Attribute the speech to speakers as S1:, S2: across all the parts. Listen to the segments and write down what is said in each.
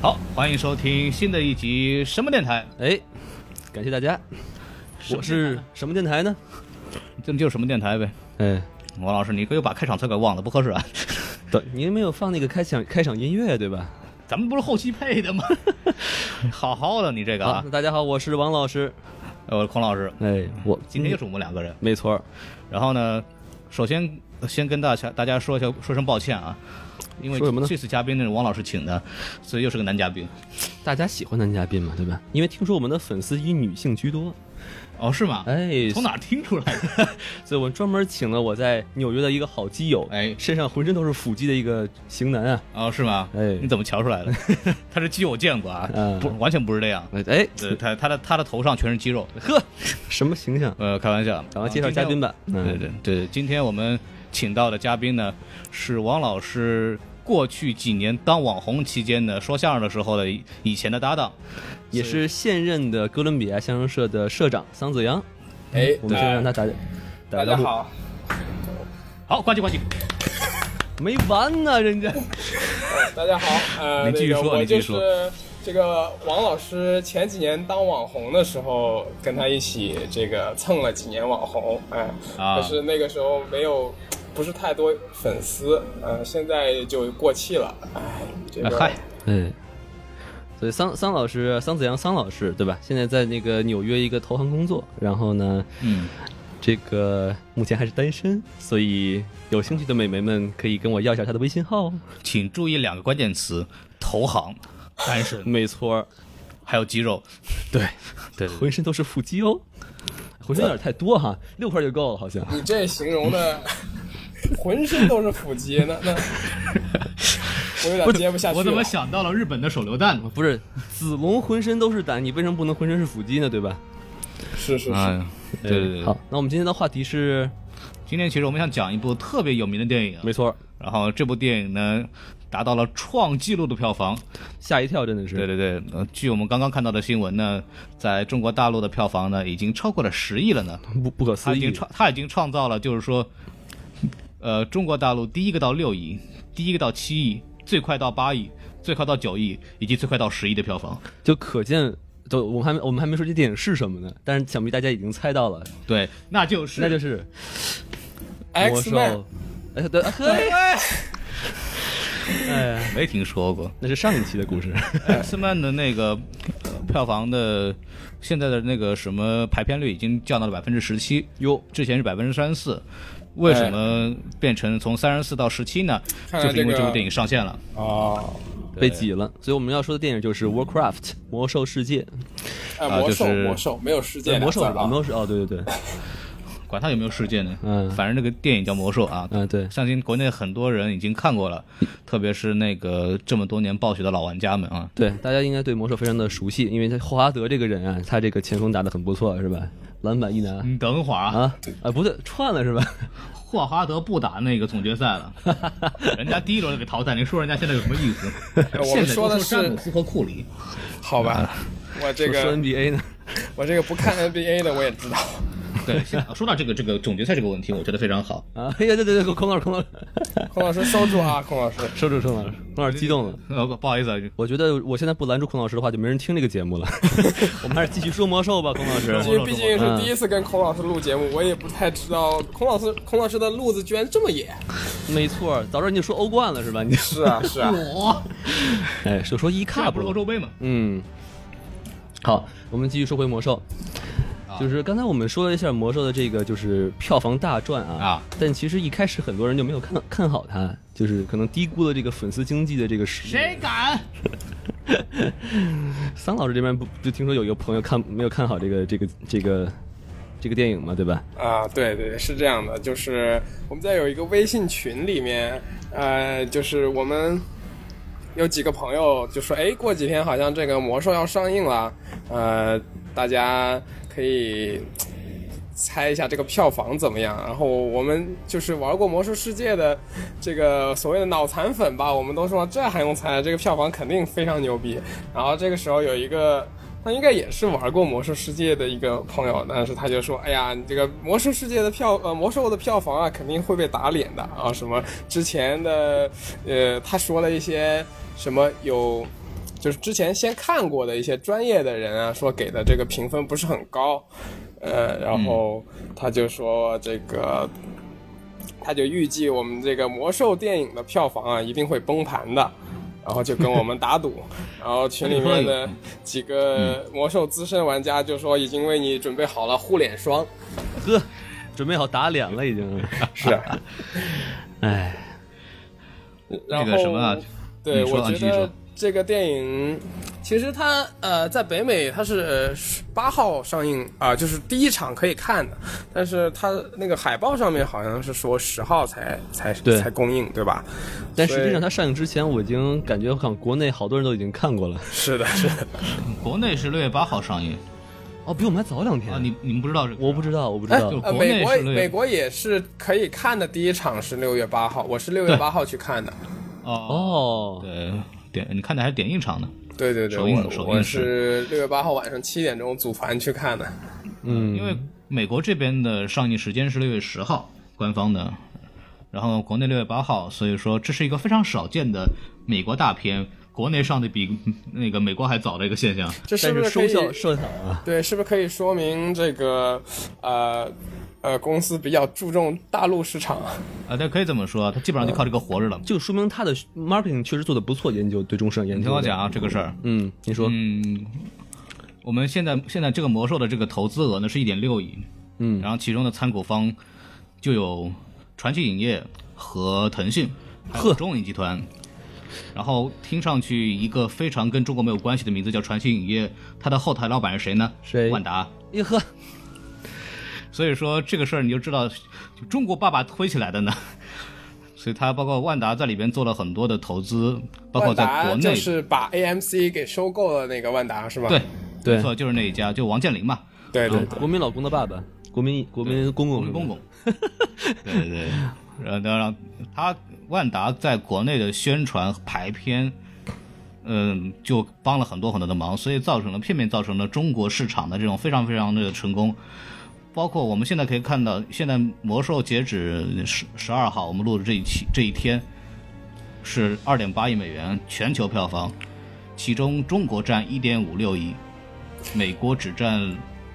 S1: 好，欢迎收听新的一集什么电台？
S2: 哎，感谢大家，我是什么电台呢？
S1: 这就是什么电台呗。
S2: 哎，
S1: 王老师，你可又把开场词给忘了，不合适啊。
S2: 对，您没有放那个开场开场音乐对吧？
S1: 咱们不是后期配的吗？ 好好的，你这个啊
S2: 那，大家好，我是王老师。
S1: 呃，我是孔老师，
S2: 哎，我
S1: 今天又是我们两个人。
S2: 没错儿，
S1: 然后呢，首先呃先跟大家大家说一下，说声抱歉啊，因为
S2: 说什么呢
S1: 这次嘉宾呢是王老师请的，所以又是个男嘉宾。
S2: 大家喜欢男嘉宾嘛，对吧？因为听说我们的粉丝以女性居多，
S1: 哦，是吗？
S2: 哎，
S1: 从哪儿听出来 的？
S2: 所以我专门请了我在纽约的一个好基友，
S1: 哎
S2: 身上浑身都是腹肌的一个型男啊，
S1: 哦，是吗？
S2: 哎
S1: 你怎么瞧出 来的？他是肌肉我见过啊，
S2: 嗯
S1: 不完全不是这样。
S2: 哎哎，
S1: 对他他的他的头上全是肌肉，
S2: 呵，什么形象？
S1: 呃，开玩笑。
S2: 赶快介绍嘉宾吧。
S1: 啊。今天对
S2: 嗯，
S1: 对对，今天我们请到的嘉宾呢是王老师过去几年当网红期间呢说相声的时候的以以前的搭档，
S2: 也是现任的哥伦比亚相声社的社长桑子阳，
S3: 哎，
S2: 我们先让他打打
S3: 大
S2: 个招
S3: 家
S2: 呼。
S3: 好，
S1: 好，呱唧呱唧。
S2: 没完呢，人 家
S3: 大家好，呃，
S1: 你继续
S3: 那个
S1: 说
S3: 我
S1: 你继
S3: 就
S1: 续说
S3: 是这个王老师前几年当网红的时候，跟他一起这个蹭了几年网红，哎、
S1: 啊
S3: 可是那个时候没有，不是太多粉丝，呃，现在就过气了，哎，这个、
S1: 呃嗨，
S2: 哎。所以桑桑老师，桑子阳桑老师，对吧？现在在那个纽约一个投行工作，然后呢，
S1: 嗯，
S2: 这个目前还是单身，所以有兴趣的美眉们可以跟我要一下他的微信号哦。
S1: 请注意两个关键词：投行、单 身，
S2: 没错儿，
S1: 还有肌肉。
S2: 对，
S1: 对对对
S2: 浑身都是腹肌哦，浑身有点太多哈，六块就够了好像。
S3: 你这形容的 浑身都是腹 肌，那那我有点接不下去啊
S1: 我
S3: 了。
S1: 怎么想到了日本的手榴弹呢？
S2: 不是，子龙浑身都是胆，你为什么不能浑身是腹肌呢？对吧？
S3: 是是是，
S1: 哎，对对对。
S2: 好，，那我们今天的话题是，
S1: 今天其实我们想讲一部特别有名的电影，
S2: 没错儿，
S1: 然后这部电影呢。达到了创纪录的票房，
S2: 吓一跳，真的是。
S1: 对对对，呃，据我们刚刚看到的新闻呢，在中国大陆的票房呢已经超过了十亿了呢，
S2: 不不可
S1: 它
S2: 思
S1: 已经
S2: 议，
S1: 创它已经创造了就是说，呃，中国大陆第一个到六亿，第一个到七亿，最快到八亿，最快到九亿，以及最快到十亿的票房。
S2: 就可见，都我们还没我们还没说这电影是什么呢，但是想必大家已经猜到了，
S1: 对，那就是
S2: 那就是魔兽
S3: X Man，。
S2: 哎，对，嘿，哎呀，
S1: 没听说 过
S2: 那是上一期的故事。
S1: X Man 的那个、呃票房的现在的那个什么排片率已经降到了百分之十七，
S2: 哟，
S1: 之前是百分之三十四。为什么变成从三十四到十七呢？
S3: 看来
S1: 就是因为
S3: 这
S1: 这
S3: 个
S1: 部电影上线了。
S3: 哦，
S2: 被挤了。所以我们要说的电影就是《Warcraft》魔兽世界，
S3: 哎，
S1: 啊
S3: 魔
S1: 就
S3: 兽
S1: 是
S3: 魔兽没有世
S2: 魔
S3: 界两
S2: 兽
S3: 字儿
S2: 吧？
S3: 啊
S2: 魔兽哦，对对对，
S1: 管它有没有世界呢，
S2: 嗯
S1: 反正这个电影叫《魔兽》啊，
S2: 嗯对
S1: 相信国内很多人已经看过了，特别是那个这么多年暴雪的老玩家们啊，
S2: 对，大家应该对魔兽非常的熟悉，因为他霍华德这个人啊，他这个前锋打得很不错，是吧？篮板一拿
S1: 你等会儿啊，
S2: 啊啊，不对，串了是吧？
S1: 霍华德不打那个总决赛了，人家第一轮就给淘汰，你说人家现在有什么意思？
S3: 我
S1: 现
S3: 们
S1: 在
S3: 说
S1: 都
S3: 的
S1: 说詹
S3: 是
S1: 姆斯和库里，
S3: 好
S1: 啊
S3: 吧？我这
S2: 说
S3: 个
S2: NBA 呢？
S3: 我这个不看 NBA 的我也知道，
S1: 对，现在说到这个这个总决赛这个问题，我觉得非常好。
S2: 啊， 哎呀，对对对，孔老师，孔老师，
S3: 孔老师收住啊，孔老师，
S2: 收住，孔老师，孔老师激动了。
S1: 呃，不不好意思啊，
S2: 我觉得我现在不拦住孔老师的话，就没人听这个节 目了。我们还是继续说魔兽吧，孔老师。
S3: 因为毕竟是第一次跟孔老师录节目，我也不太知道孔老师孔老师的路子居然这么野。
S2: 没错，早知道你就说欧冠了是吧？你
S3: 是啊，是啊，
S1: 我
S2: 哎，就说一
S1: 这
S2: 卡
S1: 不是欧洲杯吗？
S2: 嗯，好，我们继续说回魔兽。就是刚才我们说了一下魔兽的这个就是票房大赚啊，
S1: 啊
S2: 但其实一开始很多人就没有看看好它，就是可能低估了这个粉丝经济的这个实力。
S1: 谁敢？
S2: 桑老师这边不就听说有一个朋友看没有看好这个这个这个这个电影嘛，对吧？
S3: 啊，对对，是这样的，就是我们在有一个微信群里面，呃，就是我们有几个朋友就说，哎，过几天好像这个魔兽要上映了，呃，大家可以猜一下这个票房怎么样。啊然后我们就是玩过魔兽世界的这个所谓的脑残粉吧，我们都说这还用猜，这个票房肯定非常牛逼。然后这个时候有一个。他应该也是玩过《魔兽世界》的一个朋友，但是他就说：“哎呀，你这个《魔兽世界》的票，呃，魔兽的票房啊，肯定会被打脸的啊！什么之前的，呃，他说了一些什么有，就是之前先看过的一些专业的人啊，说给的这个评分不是很高，呃，然后他就说这个。”他就预计我们这个魔兽电影的票房啊一定会崩盘的，然后就跟我们打赌，然后群里面的几个魔兽资深玩家就说已经为你准备好了护脸霜，
S2: 呵，准备好打脸了已 经。
S3: 是，
S2: 啊哎，
S3: 然后
S1: 那个什么啊
S3: 对，
S1: 你说
S3: 我
S1: 啊
S3: 觉
S1: 继续
S3: 得
S1: 说
S3: 这个电影其实它呃在北美它是呃八号上映啊、就是第一场可以看的，但是它那个海报上面好像是说十号才才
S2: 对
S3: 才公映，对吧？
S2: 但实际
S3: 所以
S2: 上它上映之前，我已经感觉好像国内好多人都已经看过了。
S3: 是的，是的。
S1: 国内是六月八号上映
S2: 哦，比我们还早两天
S1: 啊，你你们不知道这个？
S2: 我不知道，我不知
S3: 哎
S2: 道。
S1: 就
S3: 呃，
S1: 国
S3: 美
S1: 内
S3: 国
S1: 是六月
S3: 美国也是可以看的，第一场是六月八号，我是六月八号去看的。
S1: 哦
S2: 哦，
S1: 对点你看的还是点映场呢？
S3: 对对对，
S1: 首映
S3: 我
S1: 首
S3: 我
S1: 映
S3: 是六月八号晚上七点钟组团去看的。
S2: 嗯，
S1: 因为美国这边的上映时间是六月十号，官方的，然后国内六月八号，所以说这是一个非常少见的美国大片，国内上的比那个美国还早的一个现象。
S3: 这是
S2: 但是
S3: 不可
S2: 收
S3: 以？
S2: 效收效啊，
S3: 对，是不是可以说明这个呃呃公司比较注重大陆市场？
S1: 啊，对，可以这么说，它基本上就靠这个活着了。
S2: 就说明它的 marketing 确实做的不错，研究对中市场研
S1: 你
S2: 究。
S1: 听我讲，啊，这个事儿，
S2: 嗯，你说，
S1: 嗯，我们现在现在这个魔兽的这个投资额呢是一点六亿，
S2: 嗯
S1: 然后其中的参股方就有传奇影业和腾讯，还有中影集团。然后听上去一个非常跟中国没有关系的名字叫传奇影业，它的后台老板是谁呢？
S2: 谁
S1: 万达。
S2: 哟呵，
S1: 所以说这个事儿你就知道，就中国爸爸推起来的呢。 所以他包括万达在里边做了很多的投资， 包括
S3: 万
S1: 在
S3: 达
S1: 国
S3: 就
S1: 内
S3: 是把 AMC 给收购了那个万达是吧？
S1: 对，
S2: 对
S1: 没错，就是那一家，就王健林嘛，
S3: 对
S1: 嗯
S3: 对对
S2: 国民老公的爸爸，国民国民公
S1: 我
S2: 公
S1: 们
S2: 是吧
S1: 公公。 对对对，然后当然他万达在国内的宣传排片，嗯，就帮了很多很多的忙，所以造成了片面造成了中国市场的这种非常非常的成功。包括我们现在可以看到，现在魔兽截止十十二号，我们录的这一期这一天是二点八亿美元全球票房，其中中国占一点五六亿，美国只占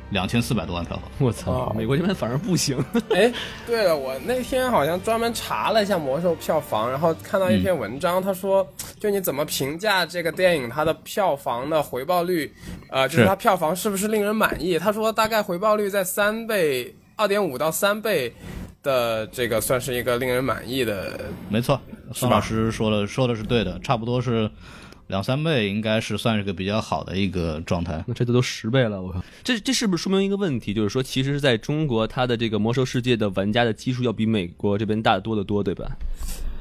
S1: 两千四百多万票房。
S2: 我操，
S3: 哦
S2: 美国这边反而不 行。
S3: 哎，对了，我那天好像专门查了一下魔兽票房，然后看到一篇文章，他说，就你怎么评价这个电影它的票房的回报率，呃，就是
S1: 是
S3: 它票房是不是令人满意？他说大概回报率在三倍，二点五到三倍的这个算是一个令人满意的。
S1: 没错，方老师说了说的是对的，差不多是两三倍，应该是算是个比较好的一个状态。
S2: 那这都十倍了，我靠！这这是不是说明一个问题？就是说，其实在中国，它的这个魔兽世界的玩家的基数要比美国这边大得多得多，对吧？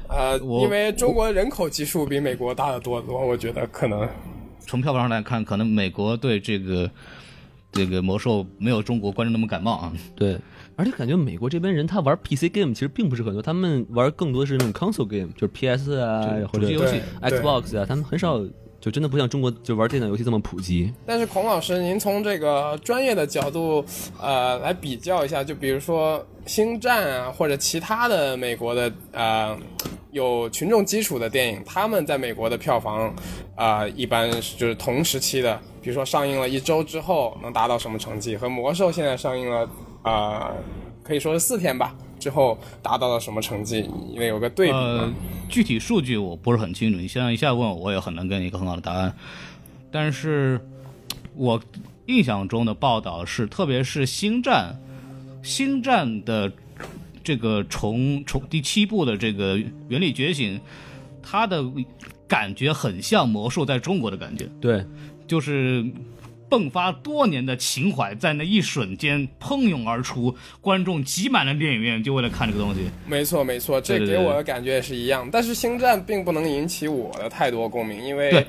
S3: 呃，
S1: 我
S3: 因为中国人口基数比美国大得多得多，我觉得可能
S1: 从票房上来看，可能美国对这个这个魔兽没有中国观众那么感冒啊。
S2: 对，而且感觉美国这边人他玩 PC game 其实并不是很多，他们玩更多的是那种 console game，就是 PS 啊或
S1: 主机游
S2: 者
S1: 戏
S3: 对对
S2: Xbox 啊，他们很少就真的不像中国就玩电脑游戏这么普及。
S3: 但是孔老师，您从这个专业的角度，呃，来比较一下，就比如说《星战》啊，或者其他的美国的呃有群众基础的电影，他们在美国的票房，啊、一般是就是同时期的，比如说上映了一周之后能达到什么成绩，和《魔兽》现在上映了啊、呃可以说是四天吧，之后达到了什么成绩，因为有个对比嘛。
S1: 呃，具体数据我不是很清楚，你现在一下问我，我也很难给你一个很好的答案。但是我印象中的报道是，特别是《星战》，《星战》的这个重重第七部的这个原力觉醒，它的感觉很像魔兽在中国的感觉，
S2: 对，
S1: 就是迸发多年的情怀，在那一瞬间喷涌而出，观众挤满了电影院，就为了看这个东西。
S3: 没错，没错，这
S1: 对对
S3: 给
S1: 对
S3: 我的感觉也是一样。但是《星战》并不能引起我的太多共鸣，因为
S1: 对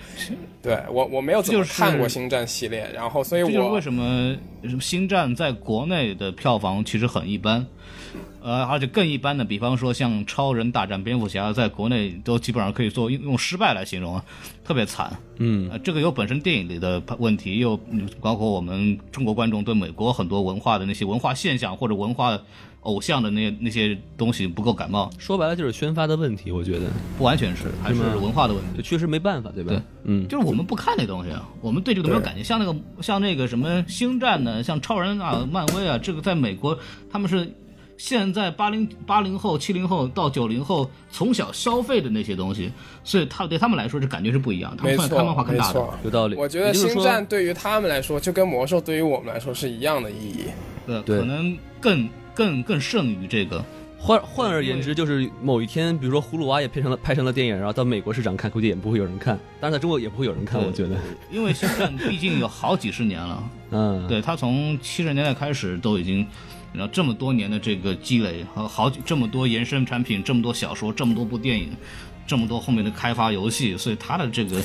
S3: 对我我没有怎
S1: 这
S3: 么
S1: 就是
S3: 看过《星战》系列，然后所以
S1: 这就是为
S3: 我
S1: 什么《星战》在国内的票房其实很一般，呃，而且更一般的，比方说像《超人大战蝙蝠侠》，在国内都基本上可以做用用失败来形容，啊，特别惨。
S2: 嗯，
S1: 呃，这个有本身电影里的问题，又嗯包括我们中国观众对美国很多文化的那些文化现象或者文化偶像的那些那些东西不够感冒，
S2: 说白了就是宣发的问题，我觉得
S1: 不完全是还是
S2: 是吗
S1: 文化的问题。
S2: 就确实没办法，对吧？
S1: 对
S2: 嗯，
S1: 就是我们不看那东西，啊我们对这个没有感觉。像那个像那个什么星战呢，像超人啊、漫威啊，这个在美国他们是现在八零八零后、七零后到九零后从小消费的那些东西，所以他对他们来说这感觉是不一样。他
S3: 没
S1: 们看看漫
S3: 错
S1: 画看
S3: 没
S1: 大的，
S3: 错。
S2: 有道理。
S3: 我觉得
S2: 也
S3: 《
S2: 就是
S3: 星
S2: 说
S3: 战》对于他们来说，就跟魔兽对于我们来说是一样的意义。
S1: 对，
S2: 对
S1: 可能更更更胜于这个。
S2: 换换而言之，就是某一天，比如说《葫芦娃》也拍成了拍成了电影，然后到美国市场看，估计也不会有人看，当然在中国也不会有人看，
S1: 对
S2: 我觉得。
S1: 因为星战毕竟有好几十年了，
S2: 嗯，，
S1: 对他从七十年代开始都已经，然后这么多年的这个积累和好几这么多延伸产品，这么多小说，这么多部电影，这么多后面的开发游戏，所以他的这个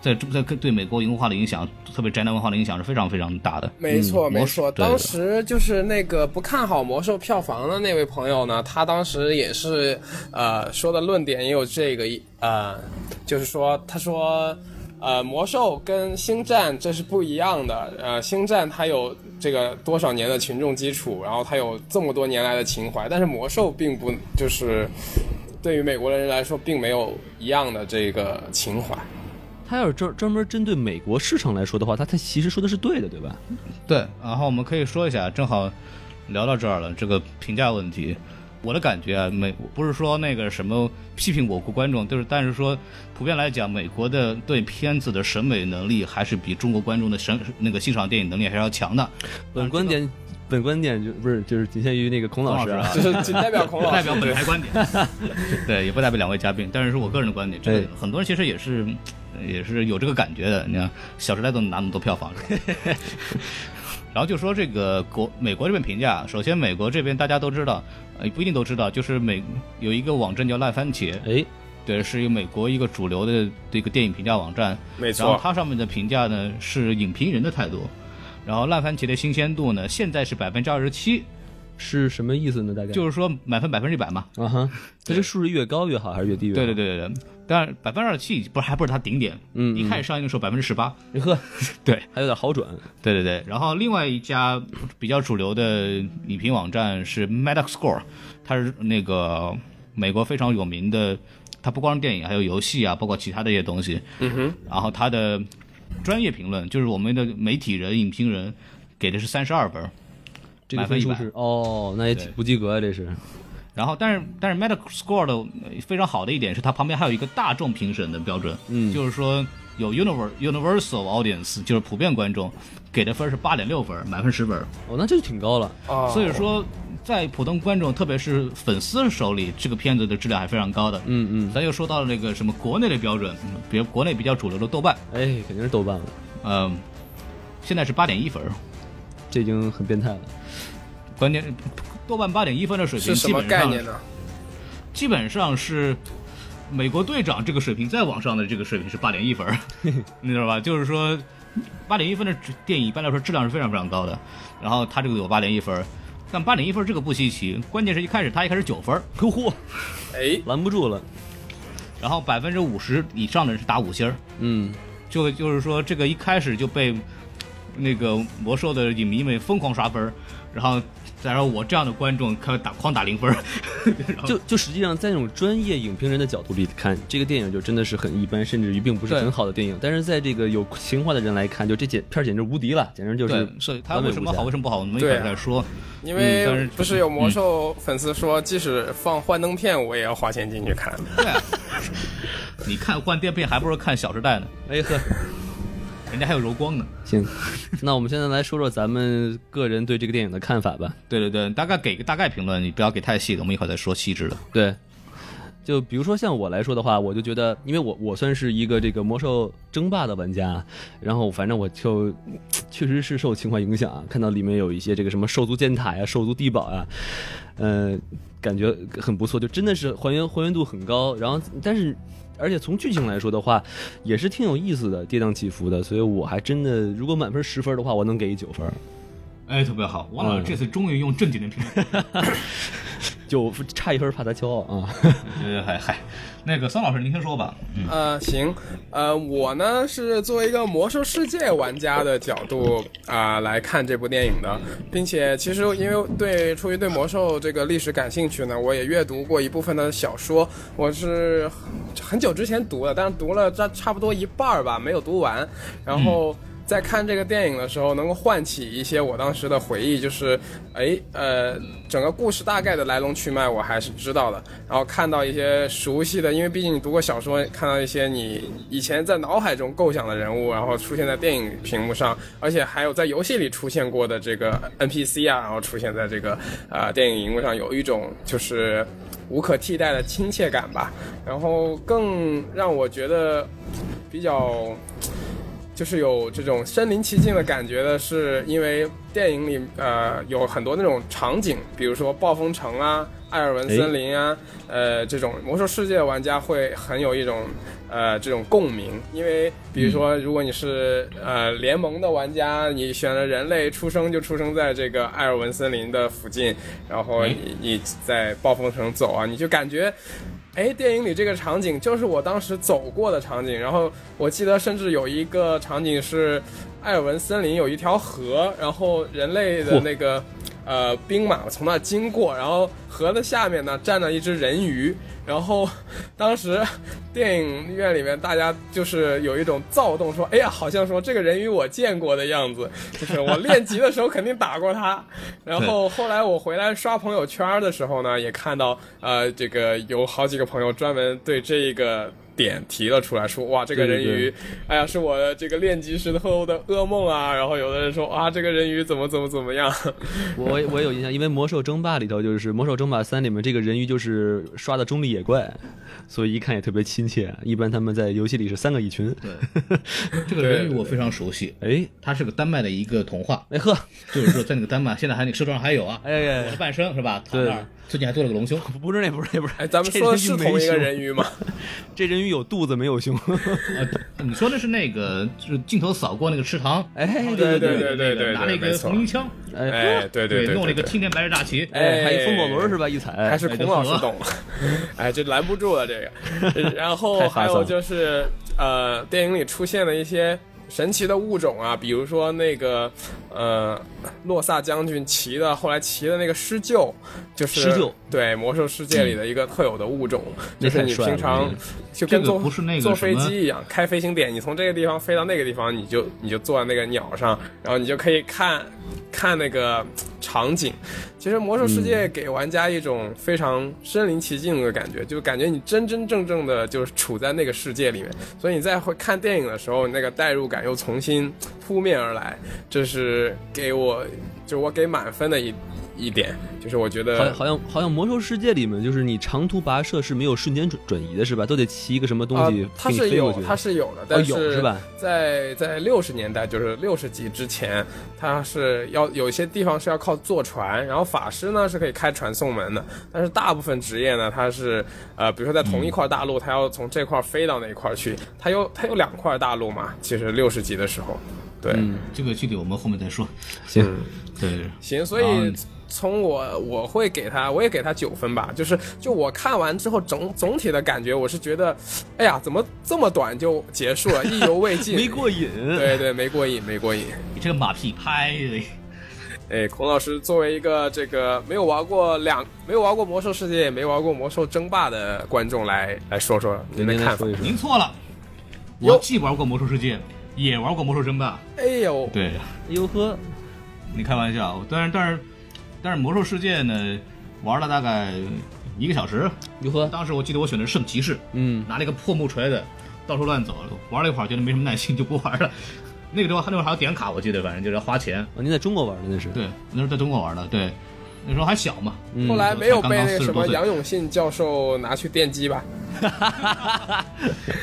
S1: 在在对美国文化的影响，特别宅男文化的影响是非常非常大的。
S3: 没错，
S1: 嗯
S3: 没
S1: 魔
S3: 错。
S1: 对的
S3: 当时就是那个不看好魔兽票房的那位朋友呢，他当时也是呃说的论点也有这个呃，就是说他说。呃，魔兽跟星战这是不一样的。呃，星战它有这个多少年的群众基础，然后它有这么多年来的情怀，但是魔兽并不就是对于美国人来说并没有一样的这个情怀。
S2: 他要是专专门针对美国市场来说的话，他他其实说的是对的，对吧？
S1: 啊对，然后我们可以说一下，正好聊到这儿了，这个评价问题。我的感觉啊，美不是说那个什么批评我国观众，就是但是说普遍来讲，美国的对片子的审美能力还是比中国观众的审那个欣赏电影能力还是要强的。
S2: 本观点，本观点就不是就是仅限于那个孔老师
S1: 孔老
S2: 啊
S1: 师啊。
S3: 就是仅代 表孔
S1: 不
S3: 老
S1: 代
S3: 师
S1: 表本台观点， 对，也不代表两位嘉宾，但是是我个人的观点。这
S2: 哎
S1: 个很多人其实也是，呃也是有这个感觉的。你看，《小时代》都拿那么多票房，是吧然后就说这个国美国这边评价，首先美国这边大家都知道，呃，不一定都知道，就是美有一个网站叫烂番茄，
S2: 哎，
S1: 对，是一个美国一个主流的这个电影评价网站。
S3: 没
S1: 然后它上面的评价呢是影评人的态度，然后烂番茄的新鲜度呢现在是百分之二十七，
S2: 是什么意思呢？大概
S1: 就是说满分百分之一百嘛。
S2: 啊哈，这个数值越高越好，还是越低越好？
S1: 对对对对对，但是百分之二十七不是还不是它顶点，
S2: 嗯嗯
S1: 一开始上映的时候百分之十八，
S2: 对，呵，
S1: 对
S2: 还有点好转。
S1: 对对对。然后另外一家比较主流的影评网站是 Metascore，它是那个美国非常有名的，它不光是电影，还有游戏啊，包括其他的一些东西。嗯哼。然后它的专业评论就是我们的媒体人、影评人给的是三十二分，
S2: 这个
S1: 满分
S2: 分
S1: 100
S2: 数是哦，那也
S1: 对
S2: 不及格啊，这是。
S1: 然后，但是但是 Metascore 的呃非常好的一点是，它旁边还有一个大众评审的标准，嗯，就是说有 univer universal audience，就是普遍观众给的分是八点六分，满分十分。
S2: 哦，那这就挺高了。
S3: 啊，
S1: 所以说，在普通观众，特别是粉丝手里，这个片子的质量还非常高的。
S2: 嗯嗯，
S1: 咱又说到了那个什么国内的标准，嗯比如国内比较主流的豆瓣，
S2: 哎，肯定是豆瓣了，
S1: 嗯、现在是八点一分，
S2: 这已经很变态了。
S1: 关键豆瓣八点一分的水平
S3: 是什
S1: 基
S3: 么
S1: 本
S3: 概
S1: 上
S3: 念呢？
S1: 基本上是美国队长这个水平再往上的这个水平是八点一分 儿，你知道吧？就是说八点一分的电影一般来说质量是非常非常高的，然后他这个有八点一分儿，但八点一分儿这个不稀奇，关键是一开始他一开始九分儿，
S2: 呼呼，
S3: 哎，
S2: 拦不住了。
S1: 然后百分之五十以上的人是打五星儿，
S2: 嗯，
S1: 就就是说这个一开始就被那个魔兽的影迷们疯狂刷分儿，然后再说我这样的观众开始打狂打零分儿，然后
S2: 就就实际上，在那种专业影评人的角度里看，这个电影就真的是很一般，甚至于并不是
S1: 对
S2: 很好的电影。但是在这个有情怀的人来看，就这简片儿简直无敌了，简直就是
S1: 对，所以他
S2: 完美
S1: 为什么
S2: 无瑕
S1: 好，为什么不好，我们一会
S3: 对啊
S1: 儿再说。
S3: 因
S1: 嗯但是
S3: 为
S1: 就
S3: 不是有魔兽粉丝说，即使放幻灯片，我也要花钱进去看。
S1: 啊你看换电片还不如看《小时代》呢，
S2: 哎呵，
S1: 人家还有柔光呢。
S2: 行，那我们现在来说说咱们个人对这个电影的看法吧。
S1: 对对对，大概给个大概评论，你不要给太细的，我们一会儿再说细致的。
S2: 对，就比如说像我来说的话，我就觉得，啊因为我我算是一个这个魔兽争霸的玩家，然后反正我就确实是受情怀影响啊。看到里面有一些这个什么兽族尖塔呀、兽族地堡啊，呃，感觉很不错，就真的是还原还原度很高。然后，但是而且从剧情来说的话，也是挺有意思的，跌宕起伏的。所以我还真的，如果满分十分的话，我能给一九分。
S1: 哎，特别好，王老师
S2: 嗯
S1: 这次终于用正经的评 价，
S2: 就差一分怕他骄傲啊。
S1: 呃，嗨嗨，那个桑老师您先说吧，嗯，
S3: 呃，行，呃，我呢是作为一个魔兽世界玩家的角度啊、来看这部电影的，并且其实因为对出于对魔兽这个历史感兴趣呢，我也阅读过一部分的小说，我是很久之前读的，但是读了差差不多一半儿吧，没有读完，然后。在看这个电影的时候，能够唤起一些我当时的回忆，就是，哎，呃，整个故事大概的来龙去脉我还是知道的。然后看到一些熟悉的，因为毕竟你读过小说，看到一些你以前在脑海中构想的人物，然后出现在电影屏幕上，而且还有在游戏里出现过的这个 NPC 啊，然后出现在这个呃电影荧幕上，有一种就是无可替代的亲切感吧。然后更让我觉得比较。就是有这种身临其境的感觉的，是因为电影里呃有很多那种场景，比如说暴风城啊、艾尔文森林啊，呃这种魔兽世界的玩家会很有一种呃这种共鸣，因为比如说如果你是呃联盟的玩家，你选了人类出生就出生在这个艾尔文森林的附近，然后你你在暴风城走啊，你就感觉哎，电影里这个场景就是我当时走过的场景，然后我记得甚至有一个场景是艾尔文森林有一条河，然后人类的那个呃兵马从那经过，然后河的下面呢站着一只人鱼，然后当时电影院里面大家就是有一种躁动，说哎呀，好像说这个人鱼我见过的样子，就是我练级的时候肯定打过他，然后。后后来我回来刷朋友圈的时候呢，也看到呃，这个有好几个朋友专门对这个点提了出来说，哇，这个人
S2: 对
S3: 鱼，
S2: 对
S3: 哎呀，是我这个练级时候的噩梦啊。然后有的人说，啊，这个人鱼怎么怎么怎么样，
S2: 我我也有印象，因为《魔兽争霸》里头就是《魔兽争霸三》里面这个人鱼就是刷的中立野怪，所以一看也特别亲切。啊一般他们在游戏里是三个一群。
S1: 这个人鱼我非常熟悉，
S2: 哎
S1: 它是个丹麦的一个童话，
S2: 哎呵，
S1: 就是说在那个丹 麦，现在还那个社庄上还有啊，
S2: 哎呀
S1: 我的半生是吧？躺那儿
S2: 对，
S1: 最近还做了个隆胸，
S2: 不是那不是那不是，
S3: 哎，咱 们
S2: 这
S3: 说的
S2: 鱼
S3: 是
S2: 没
S3: 同一个
S2: 胸
S3: 人，鱼吗？
S2: 这人鱼有肚子没有胸。
S1: 呃，你说的是那个，就是镜头扫过那个池塘，
S2: 哎
S1: 然后
S2: 对
S1: 那个
S3: 对对对对
S1: 拿了一
S3: 没
S1: 个
S3: 错
S1: 红缨枪，
S2: 哎
S3: 哎，对对对，
S1: 弄了一个
S3: 对
S1: 青天白日大旗，
S2: 哎，还有风火轮是吧？一踩
S3: 还是孔老师懂，哎，这拦不住了这个。然后
S2: 太发
S3: 还
S2: 散了
S3: 有就是，呃，电影里出现了一些神奇的物种啊，比如说那个，呃，洛萨将军骑的，后来骑的那个狮鹫，就是
S2: 狮鹫
S3: 对魔兽世界里的一个特有的物种，
S2: 那
S3: 就是
S2: 太
S3: 你
S2: 帅
S3: 平
S2: 了
S3: 常
S2: 这个
S3: 就跟
S1: 这个
S3: 坐
S1: 不是那个
S3: 坐
S1: 什
S3: 飞
S1: 么
S3: 机一样，开飞行点，你从这个地方飞到那个地方，你就你就坐在那个鸟上，然后你就可以看看那个场景。其实《魔兽世界》
S1: 嗯
S3: 给玩家一种非常身临其境的感觉，就感觉你真真正正的就是处在那个世界里面，所以你在会看电影的时候，那个代入感又重新扑面而来。这是给我，就我给满分的一一点，就是我觉
S2: 好像
S3: 得
S2: 好像好像魔兽世界里面，就是你长途跋涉是没有瞬间转转移的，是吧？都得骑一个什么东
S3: 啊
S2: 西，
S3: 它
S2: 给你
S3: 是
S2: 飞过
S3: 有
S2: 去。哦
S3: 它是有的，但
S2: 有是吧
S3: 在在六十年代，就是六十几之前，它是要有一些地方是要靠坐船，然后法师呢是可以开船送门的，但是大部分职业呢，它是呃，比如说在同一
S2: 嗯
S3: 块大陆，它要从这块飞到那块去，它有它有两块大陆嘛，其实六十级的时候，对，
S2: 嗯
S1: 这个具体我们后面再说。
S2: 行，
S1: 对，
S3: 行，
S2: 啊
S3: 所以
S1: 嗯
S3: 从我我会给他，我也给他九分吧。就是就我看完之后总总体的感觉，我是觉得，哎呀，怎么这么短就结束了，意犹未 尽，
S2: 没过。瘾。
S3: 对对，没过瘾，没过瘾。
S1: 你这个马屁拍的，
S3: 哎，孔老师作为一个这个没有玩过两没有玩过魔兽世界，也没玩过魔兽争霸的观众来来说说您的
S2: 您来
S3: 看法
S2: 说。一说。
S1: 您错了，
S3: 哟
S1: 我既玩过魔兽世界，也玩过魔兽争霸。
S3: 哎呦，
S1: 对，
S2: 哟呵，
S1: 你开玩笑，但是但是但是魔兽世界呢，玩了大概一个小时。
S2: 哟呵，
S1: 当时我记得我选的是圣骑士，
S2: 嗯，
S1: 拿了一个破木锤子到处乱走，玩了一会儿觉得没什么耐心就不玩了。 那个时候那会儿还有点卡，我记得反正就是要花钱。
S2: 哦您在中国玩的那是？
S1: 对，那时候在中国玩的，对，那时候还小嘛。
S2: 嗯
S3: 后来没有
S1: 才刚
S3: 被
S1: 刚
S3: 那个
S1: 40
S3: 什么
S1: 多岁
S3: 杨永信教授拿去电击吧？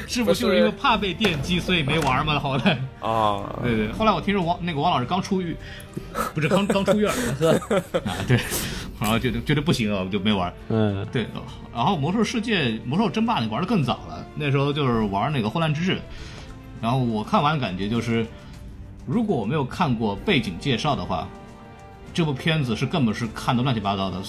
S1: 是不是就是因为怕被电击，所以没玩嘛？后来，
S4: 啊，
S1: 对对，后来我听说王那个王老师刚出狱， 不是刚刚出院，呵啊对，然后觉得觉得不行了，我就没玩。
S2: 嗯，
S1: 对，然后魔兽世界、魔兽争霸你玩的更早了，那时候就是玩那个混乱之治，然后我看完感觉就是，如果我没有看过背景介绍的话，这部片子是根本是看的乱七八糟的。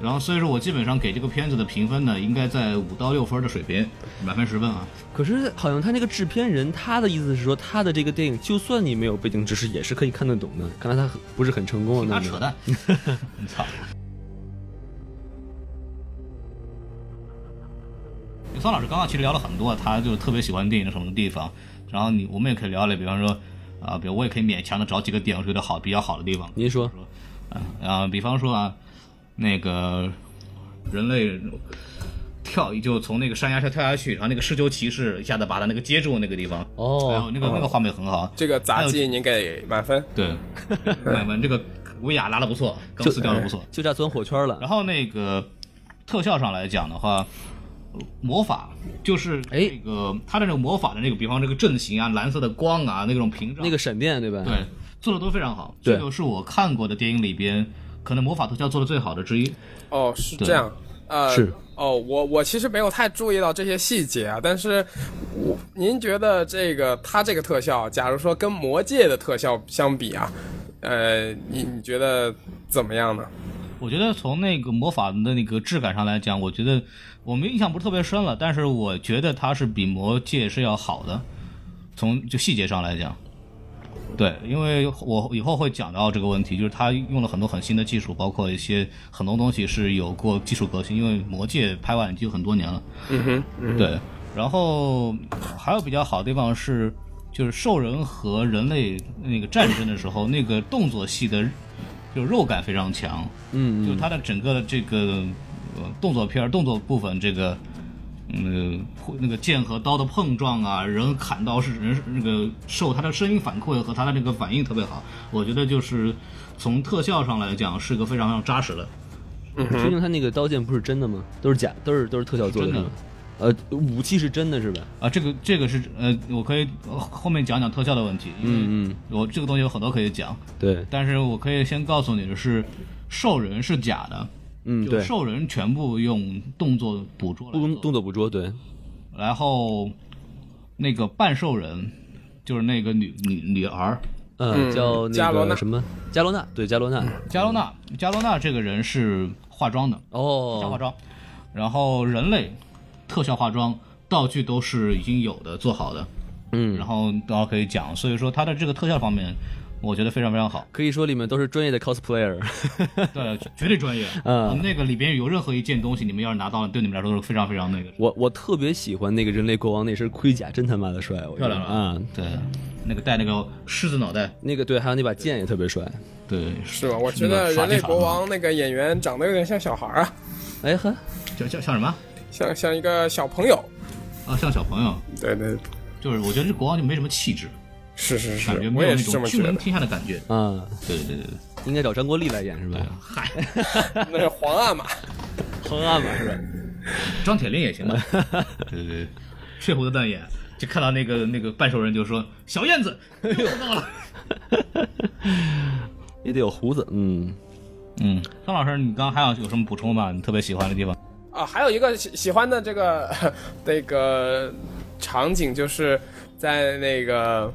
S1: 然后所以说我基本上给这个片子的评分呢，应该在五到六分的水平，满分十分啊。
S2: 可是好像他那个制片人，他的意思是说，他的这个电影，就算你没有背景知识，也是可以看得懂的。看来他很不是很成功
S1: 那
S2: 的那
S1: 扯
S2: 种。
S1: 淡， 你操！桑老师刚刚其实聊了很多，他就特别喜欢电影的什么地方，然后你我们也可以聊聊，比方说，啊、比如我也可以勉强的找几个点我觉得好比较好的地方，
S2: 您说，
S1: 啊、啊，比方说啊，那个人类跳就从那个山崖上跳下去，然后那个施救骑士一下子把他那个接住那个地方，还有
S2: 哦，
S1: 那个那个画面很好，
S3: 这个杂技你给满分？
S1: 对，我们这个维亚拉的不错，钢丝掉的不错，
S2: 就差钻火圈了。
S1: 然后那个特效上来讲的话，呃魔法就是
S2: 哎
S1: 那个它的那个魔法的那个，比方这个阵型啊、蓝色的光啊、那种屏障，
S2: 那个闪电，对吧？
S1: 对做的都非常好。
S2: 对
S1: 这个是我看过的电影里边可能魔法特效做的最好的之一。
S3: 哦，是
S1: 对
S3: 这样，呃，
S2: 是
S3: 哦，我我其实没有太注意到这些细节啊，但是我您觉得这个它这个特效，假如说跟《魔界的特效相比啊，呃，你你觉得怎么样呢？
S1: 我觉得从那个魔法的那个质感上来讲，我觉得我们印象不是特别深了，但是我觉得它是比魔界是要好的，从就细节上来讲。对，因为我以后会讲到这个问题，就是它用了很多很新的技术，包括一些很多东西是有过技术革新。因为《魔界拍完已经很多年了，
S3: 嗯哼，
S1: 对。然后还有比较好的地方是，就是兽人和人类那个战争的时候，那个动作戏的，就肉感非常强。
S2: 嗯，
S1: 就
S2: 嗯，
S1: 它的整个的这个、呃、动作片儿动作部分，这个嗯会那个剑和刀的碰撞啊，人砍刀是人那个受它的声音反馈和它的那个反应特别好，我觉得就是从特效上来讲是个非常非常扎实的。
S2: 毕竟他那个刀剑不是真的吗？都是假，都是都是特效做的。
S1: 是真的
S2: 是吗呃，武器是真的是吧？
S1: 啊，这个这个是呃，我可以呃后面讲讲特效的问题，因为
S2: 嗯嗯，
S1: 我这个东西有很多可以讲，
S2: 对，
S1: 但是我可以先告诉你的是，兽人是假的，
S2: 嗯
S1: 就
S2: 对，
S1: 兽人全部用动作捕捉来做
S2: 动动作捕捉，对，
S1: 然后那个半兽人，就是那个女女女儿
S2: 嗯，
S3: 嗯
S2: 叫那
S3: 加罗
S2: 个
S3: 纳
S2: 什么加罗纳，嗯对，加罗纳。
S1: 加罗娜，加罗娜这个人是化妆的，假化
S2: 哦，
S1: 妆，然后人类特效化妆道具都是已经有的做好的，
S2: 嗯
S1: 然，后等会儿可以讲，所以说它的这个特效方面，我觉得非常非常 好，
S2: 可以说里面都是专业的 cosplayer。
S1: 对，绝对专业。
S2: 嗯
S1: 那个里边有任何一件东西，你们要是拿到了，对你们来说都是非常非常那个
S2: 我我特别喜欢那个人类国王那身盔甲，真他妈的帅！我觉
S1: 漂
S2: 得
S1: 亮吧
S2: 啊，
S1: 对，那个戴那个狮子脑袋，
S2: 那个对，还有那把剑也特别帅。
S1: 对，
S3: 是吧？我觉
S1: 那
S3: 得
S1: 个耍
S3: 人类
S1: 技巧
S3: 国
S1: 嘛
S3: 王那个演员长得有点像小孩儿啊，
S2: 哎呵，
S1: 叫叫像什么？
S3: 像像一个小朋友。
S1: 啊，像小朋友，
S3: 对对，
S1: 就是我觉得这国王就没什么气质。
S3: 是是是
S1: 感觉，
S3: 我
S1: 没有
S3: 也
S1: 那
S3: 是这
S1: 种
S3: 么
S1: 君
S3: 觉
S1: 临
S3: 得。
S1: 天下的感觉。
S2: 啊，
S1: 对对对对，
S2: 应该找张国立来演是吧？
S1: 嗨，
S3: 那是皇阿玛，
S2: 横案嘛是吧？
S1: 张铁林也 行吧？对对对，血红的瞪眼，就看到那个那个半兽人就说：“小燕子，又到 了。
S2: 也得有胡子，嗯，”
S1: 嗯，张老师，你刚刚还有有什么补充吗？你特别喜欢的地方？
S3: 啊，还有一个喜喜欢的这个那个场景，就是在那个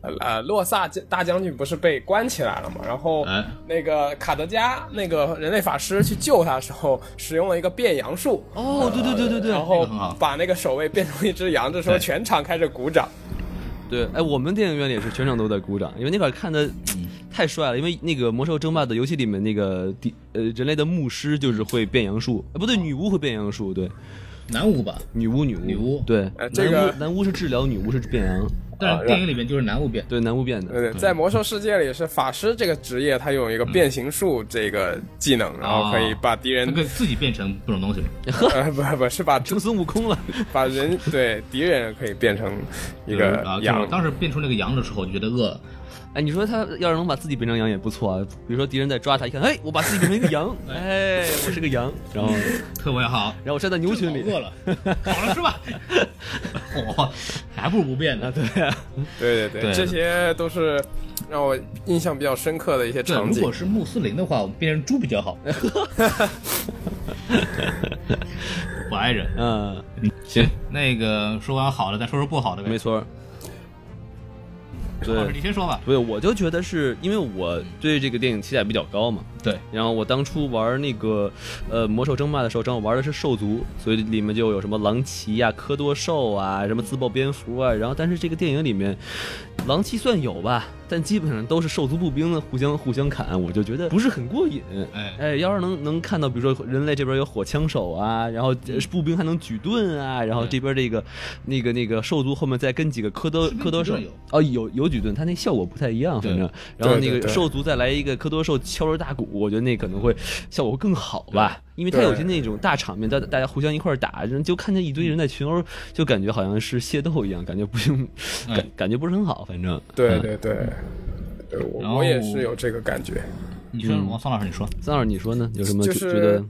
S3: 呃呃洛萨将大将军不是被关起来了嘛，然后
S1: 哎
S3: 那个卡德加那个人类法师去救他的时候，使用了一个变羊术，
S2: 哦，对对对对
S3: 然
S2: 对
S3: 后
S1: 很好
S3: 把那个守卫变成一只羊，这时候
S1: 对
S3: 全场开始鼓掌。
S2: 对，哎，我们电影院里也是全场都在鼓掌，因为那会儿看的太帅了，因为那个《魔兽争霸》的游戏里面那个第呃人类的牧师就是会变羊术，呃不对，女巫会变羊术，对，
S1: 南舞吧，
S2: 女巫女巫
S1: 女巫
S2: 对，
S3: 哎
S2: 男
S3: 这个
S2: 巫男巫是治疗，女巫是变羊，
S1: 但
S3: 啊
S1: 是电影里面就是男物变，
S2: 对，男巫变的，
S3: 对对，在魔兽世界里是法师这个职业，他有一个
S1: 嗯
S3: 变形术这个技能，然后可以把敌
S1: 哦
S3: 人
S1: 他可以自己变成各种东西。
S3: 呃不不是把
S2: 成孙悟空了，
S3: 把人 对敌人可以变成一个
S1: 啊，就是
S3: 羊
S1: 我，当时变出那个羊的时候，就觉得饿了。
S2: 哎，你说他要是能把自己变成羊也不错啊。比如说敌人在抓他，一看，哎，我把自己变成一个 羊，哎，我是个羊，然后
S1: 特别好，
S2: 然后我站在牛群里
S1: 真，好饿了，好了是 吧？我还不如不变呢。对
S3: 啊 对对
S1: 对
S3: 对，这些都是让我印象比较深刻的一些
S1: 对，
S3: 场
S1: 如
S3: 景
S1: 果。是穆斯林的话，我们变成猪比较好。我爱人，
S2: 嗯，
S1: 行，那个说完好了，再说说不好的呗。
S2: 没错。
S1: 老师
S2: 对
S1: 你先说吧。
S2: 对，我就觉得是因为我对这个电影期待比较高嘛，
S1: 对，
S2: 然后我当初玩那个呃魔兽争霸的时候，正好玩的是兽族，所以里面就有什么狼骑呀、科多兽啊、什么自爆蝙蝠啊。然后但是这个电影里面，狼骑算有吧，但基本上都是兽族步兵的互相互相砍，我就觉得不是很过瘾。
S1: 哎
S2: 哎，要是能能看到，比如说人类这边有火枪手啊，然后
S3: 嗯
S2: 呃步兵还能举盾啊，然后这边这个那个那个兽族后面再跟几个科多
S1: 是不是
S2: 科多兽
S1: 举盾
S2: 哦有有举盾，它那效果不太一样，反正
S1: 对
S2: 然后那
S3: 对对
S2: 个
S3: 对
S2: 兽族再来一个科多兽敲锣打鼓，我觉得那可能会效果更好吧，因为它
S3: 对
S2: 有些那种大场面，大大家互相一块儿打，人就看见一堆人在群殴，就感觉好像是械斗一样，感觉不行，
S1: 哎
S2: 感感觉不是很好，反正。
S3: 对
S2: 嗯，
S3: 对对，对
S1: 然
S3: 我
S1: 后
S3: 我也是有这个感觉。
S1: 你说，王宋老师，你说。
S2: 三老师你说呢？有什么
S3: 就
S2: 觉
S3: 是
S2: 觉得？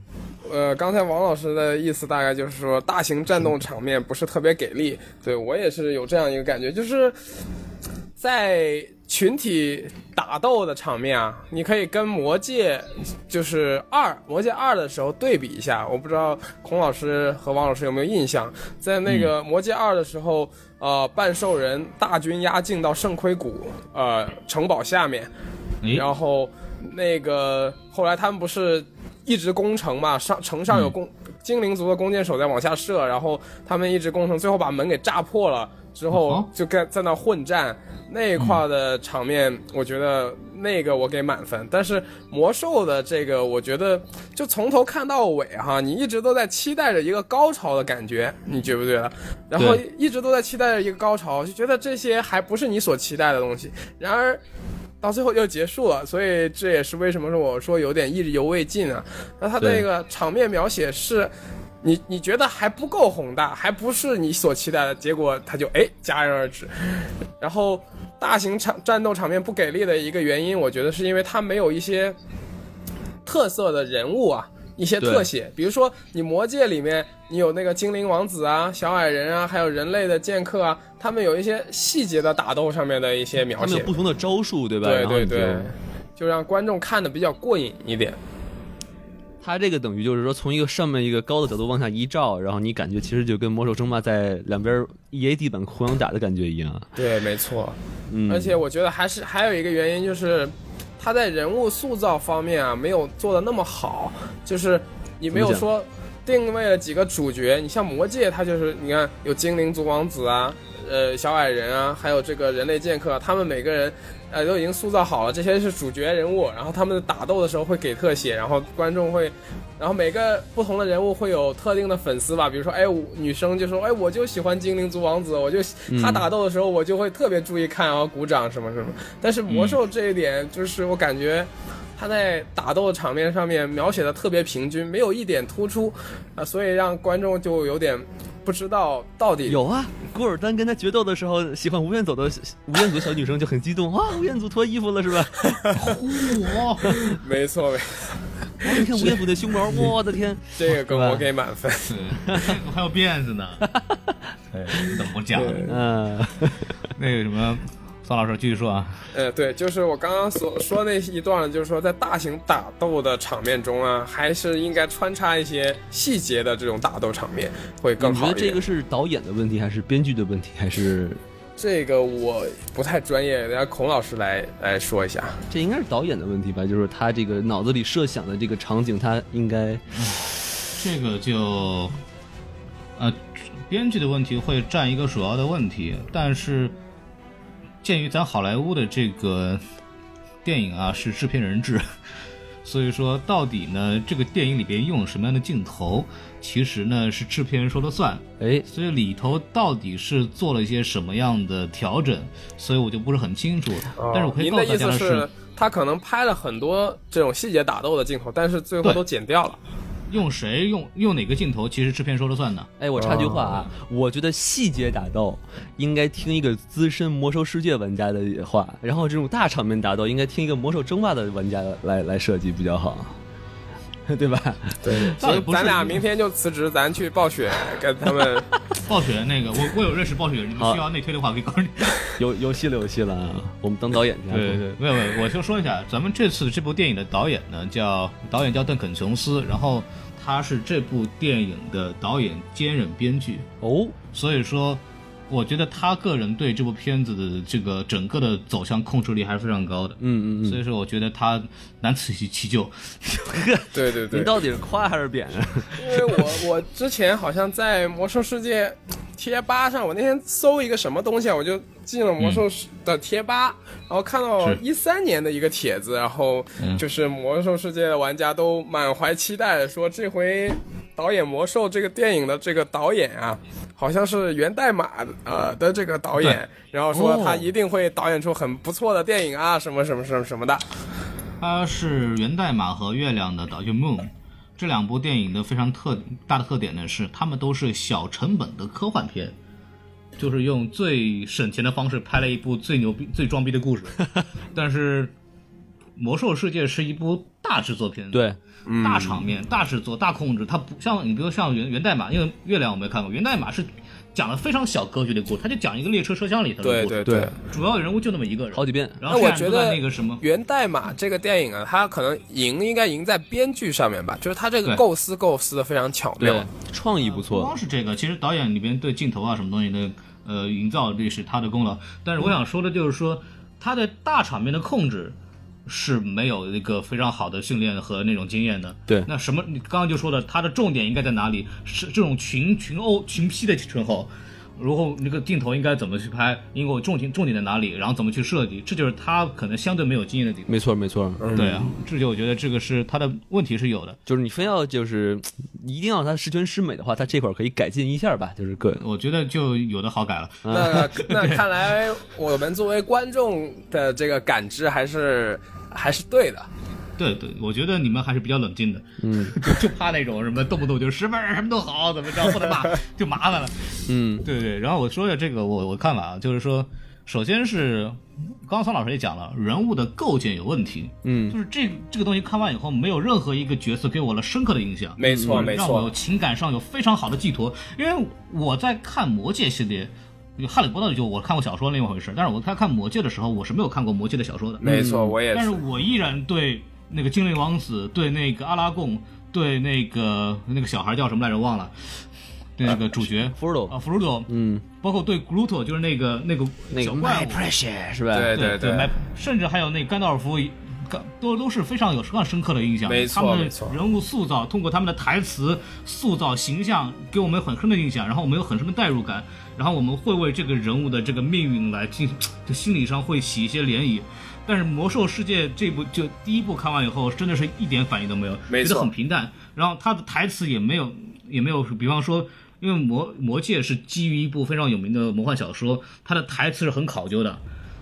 S3: 呃，刚才王老师的意思大概就是说，大型战斗场面不是特别给力。对我也是有这样一个感觉，就是在群体打斗的场面啊，你可以跟《魔戒》就是二《魔戒二》的时候对比一下。我不知道孔老师和王老师有没有印象，在那个
S2: 嗯
S3: 《魔戒二》的时候。呃，半兽人大军压境到圣盔谷，呃，城堡下面，
S1: 哎，
S3: 然后那个后来他们不是一直攻城嘛，上城上有弓、精灵族的弓箭手在往下射，然后他们一直攻城，最后把门给炸破了。之
S1: 嗯
S3: 后
S1: 哼
S3: 就在在那混战那一块的场面，我觉得那个我给满分。但是魔兽的这个，我觉得就从头看到尾哈，你一直都在期待着一个高潮的感觉，你觉不觉得？然后
S2: 对
S3: 一直都在期待着一个高潮，就觉得这些还不是你所期待的东西。然而到最后又结束了，所以这也是为什么说我说有点意犹未尽啊。那他
S2: 对
S3: 那个场面描写是，你你觉得还不够宏大，还不是你所期待的，结果他就哎戛然而止。然后大型场战斗场面不给力的一个原因，我觉得是因为它没有一些特色的人物啊。一些特写，比如说你《魔戒》里面，你有那个精灵王子啊、小矮人啊，还有人类的剑客啊，他们有一些细节的打斗上面的一些描
S2: 他们
S3: 写
S2: 有，不同的招数，对吧？
S3: 对
S2: 然后
S3: 对
S2: 你就
S3: 对，就让观众看的比较过瘾一点。
S2: 它这个等于就是说，从一个上面一个高的角度往下一照，然后你感觉其实就跟《魔兽争霸》在两边 E A 地板互相打的感觉一样。
S3: 对，没错。
S2: 嗯，
S3: 而且我觉得还是还有一个原因就是，他在人物塑造方面啊没有做的那么好，就是你没有
S2: 怎么
S3: 说定位了几个主角，你像魔戒，它就是你看有精灵族王子啊，呃小矮人啊，还有这个人类剑客，他们每个人。呃，都已经塑造好了，这些是主角人物，然后他们打斗的时候会给特写，然后观众会然后每个不同的人物会有特定的粉丝吧，比如说，哎，我女生就说，哎，我就喜欢精灵族王子，我就喜
S2: 嗯
S3: 他打斗的时候，我就会特别注意看，然后鼓掌什么什么。但是
S2: 嗯
S3: 魔兽这一点，就是我感觉他在打斗场面上面描写的特别平均，没有一点突出，啊、所以让观众就有点不知道到底
S2: 有啊，古尔丹跟他决斗的时候，喜欢吴彦祖的吴彦祖小女生就很激动 啊，吴彦祖脱衣服了是吧？
S1: 哇，
S3: 没错，没错
S2: 哇你看吴彦祖那胸毛，我的 天！
S3: 这个给
S2: 是吧
S3: 我给满分。
S1: 对我还有辫子呢。哎，怎么讲？
S3: 对
S2: 嗯、
S1: 那个什么，宋老师继续说啊。
S3: 呃，对，就是我刚刚所说那一段，就是说在大型打斗的场面中啊，还是应该穿插一些细节的这种打斗场面会更
S2: 你觉
S3: 好
S2: 得
S3: 一
S2: 这
S3: 点。
S2: 个是导演的问题，还是编剧的问题，还是
S3: 这个我不太专业，让孔老师来来说一下。
S2: 这应该是导演的问题吧？就是他这个脑子里设想的这个场景，他应该
S1: 这个就，呃，编剧的问题会占一个主要的问题，但是鉴于咱好莱坞的这个电影啊是制片人制， 所以说，到底呢这个电影里边用了什么样的镜头，其实呢是制片人说了算。
S2: 哎，
S1: 所以里头到底是做了一些什么样的调整，所以我就不是很清楚。
S3: 哦
S1: 但是我可以
S3: 您
S1: 告诉
S3: 的
S1: 大
S3: 意
S1: 家
S3: 思
S1: 是，
S3: 是，他可能拍了很多这种细节打斗的镜头，但是最后
S1: 对
S3: 都剪掉了。
S1: 用谁用用哪个镜头，其实制片说了算的。
S2: 哎，我插句话啊，我觉得细节打斗应该听一个资深魔兽世界玩家的话，然后这种大场面打斗应该听一个魔兽争霸的玩家来来设计比较好， 对吧？
S3: 对，
S1: 倒
S3: 所
S1: 也
S3: 以
S1: 不是
S3: 咱俩明天就辞职，咱去暴雪跟 他们。
S1: 暴雪那个，我我有认识暴雪人，你们
S2: 好
S1: 需要内推的话可以告诉你。
S2: 有有戏了，有戏了啊！我们当导演去。
S1: 对对，没有没有，我就说一下，咱们这次这部电影的导演呢，叫导演叫邓肯·琼斯，然后他是这部电影的导演兼任编剧，
S2: 哦，
S1: 所以说，我觉得他个人对这部片子的这个整个的走向控制力还是非常高的。
S2: 嗯嗯嗯，
S1: 所以说，我觉得他难辞其其咎。
S3: 对对对
S2: 您，到底是夸还是贬啊？
S3: 因为我我之前好像在魔兽世界贴吧上，我那天搜一个什么东西啊，我就进了魔兽的贴吧，然后看到
S1: 是
S3: 一三年的一个帖子，然后
S1: 嗯
S3: 就是魔兽世界的玩家都满怀期待，说这回导演魔兽这个电影的这个导演啊，好像是源代码的呃的这个导演，然后说
S2: 哦
S3: 他一定会导演出很不错的电影啊，什么什么什么什么的。
S1: 他是《源代码》和《月亮的导演 Moon》这两部电影的非常特大的特点呢，是他们都是小成本的科幻片，就是用最省钱的方式拍了一部最牛逼、最装逼的故 事。但是，《魔兽世界》是一部大制作片，，
S2: 对，
S1: 大场面、大制作、大控制。它不像你，比如像源源代码，因为月亮我没看过，源代码是讲了非常小格局的故事，他就讲一个列车车厢里头的
S3: 对
S1: 故事，
S3: 对
S2: 对
S1: 主要人物就那么一个人，
S2: 好几遍。
S1: 然后
S3: 那我
S1: 剩下
S3: 觉
S1: 都在
S3: 得
S1: 那个什么，
S3: 源代码这个电影啊，它可能赢应该赢在编剧上面吧，就是它这个
S1: 对
S3: 构思构思的非常巧妙
S2: 对。，创意不
S1: 不
S2: 错
S1: 光。是这个，其实导演里边对镜头啊什么东西的呃营造力是他的功劳，但是我想说的就是说他对大场面的控制。是没有一个非常好的训练和那种经验的。
S2: 对
S1: 那什么，你刚刚就说了，他的重点应该在哪里？是这种群群殴群批的时候，然后那个镜头应该怎么去拍？因为我重点重点在哪里？然后怎么去设计？这就是他可能相对没有经验的地方。
S2: 没错没错，
S1: 对啊，这就我觉得这个是他的问题是有的。
S2: 就是你非要就是一定要它十全十美的话，它这块儿可以改进一下吧，就是个
S1: 我觉得就有的好改了。
S3: 那那看来我们作为观众的这个感知还是还是对的。
S1: 对对，我觉得你们还是比较冷静的，嗯， 就怕那种什么动不动就十分儿什么都好，怎么着不能骂， 就麻烦了。
S2: 嗯
S1: 对对，然后我说一下这个我我看法啊，就是说，首先是刚刚桑老师也讲了，人物的构建有问题，
S2: 嗯
S1: 就是这这个东西看完以后，没有任何一个角色给我了深刻的印象，
S3: 没错
S1: 嗯
S3: 没
S1: 让我有
S3: 错，
S1: 情感上有非常好的寄托。因为我在看《魔戒》系列，《哈利波特》就我看过小说另外一回事，但是我在看《魔戒》的时候，我是没有看过《魔戒》的小说的。
S3: 没错，我也
S1: 嗯但
S3: 是
S1: 是。我依然对那个精灵王子，对那个阿拉贡，对那个那个小孩叫什么来着忘了，对那个主角
S2: ，Frodo，
S1: 啊弗鲁多，
S2: 嗯，
S1: 包括对 Gruto 就是那个那个
S2: 那个
S1: 小怪
S2: My
S1: 物，
S2: Precious 是吧？
S3: 对
S1: 对
S3: 对，
S1: 麦甚至还有那甘道尔夫。甘都都是非常有非常深刻的印象，
S3: 没错
S1: 他们
S3: 没
S1: 的
S3: 错
S1: 人物塑造，通过他们的台词塑造形象，给我们很深的印象，然后我们有很深的代入感，然后我们会为这个人物的这个命运来进，就心理上会起一些涟漪。但是《魔兽世界》这部就第一部看完以后，真的是一点反应都没有，
S3: 没错
S1: 觉得很平淡。然后他的台词也没有，也没有，比方说，因为魔《魔戒》是基于一部非常有名的魔幻小说，它的台词是很考究的。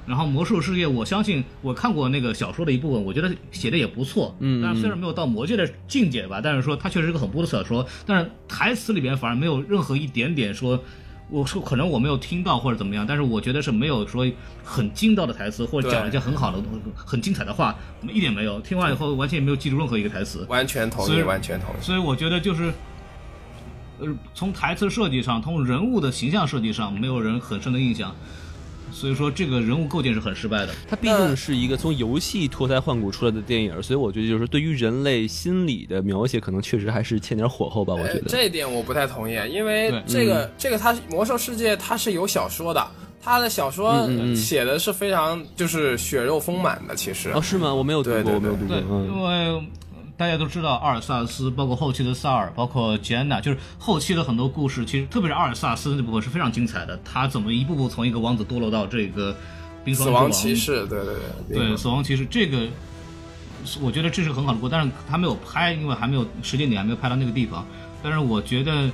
S1: 然后《魔兽世界》，我相信我看过那个小说的一部分，我觉得写的也不错。嗯，但是虽然没有到《魔戒》的境界吧，但是说它确实是个很不错的小说。但是台词里边反而没有任何一点点说，我说可能我没有听到或者怎么样，但是我觉得是没有说很精到的台词，或者
S3: 对
S1: 讲了一些很好的、很精彩的话，我们一点没有。听完以后完全没有记住任何一个台词。
S3: 完全同
S1: 所
S3: 意，
S1: 以
S3: 完全同意。
S1: 所以我觉得就是，呃，从台词设计上，从人物的形象设计上，没有人很深的印象，所以说这个人物构建是很失败的。
S2: 它毕竟是一个从游戏脱胎换骨出来的电影，所以我觉得就是对于人类心理的描写，可能确实还是欠点火候吧。我觉
S3: 呃，
S2: 得，
S3: 这一点我不太同意，啊因为
S1: 对
S3: 这个、这个它《魔兽世界》它是有小说的，它的小说写的是非常就是血肉丰满的，其实。
S2: 哦，是吗？我没有读
S3: 对
S2: 过，
S3: 对
S2: 我没有读过
S1: 对，。因
S2: 嗯，
S1: 为大家都知道阿尔萨斯，包括后期的萨尔，包括吉安娜，就是后期的很多故事，其实特别是阿尔萨斯那部分是非常精彩的。他怎么一步步从一个王子堕落到这个冰霜
S3: 死
S1: 之王
S3: 亡骑士，对对对，
S1: 对，死亡骑士这个我觉得这是很好的锅，但是他没有拍，因为还没有时间点还没有拍到那个地方。但是我觉得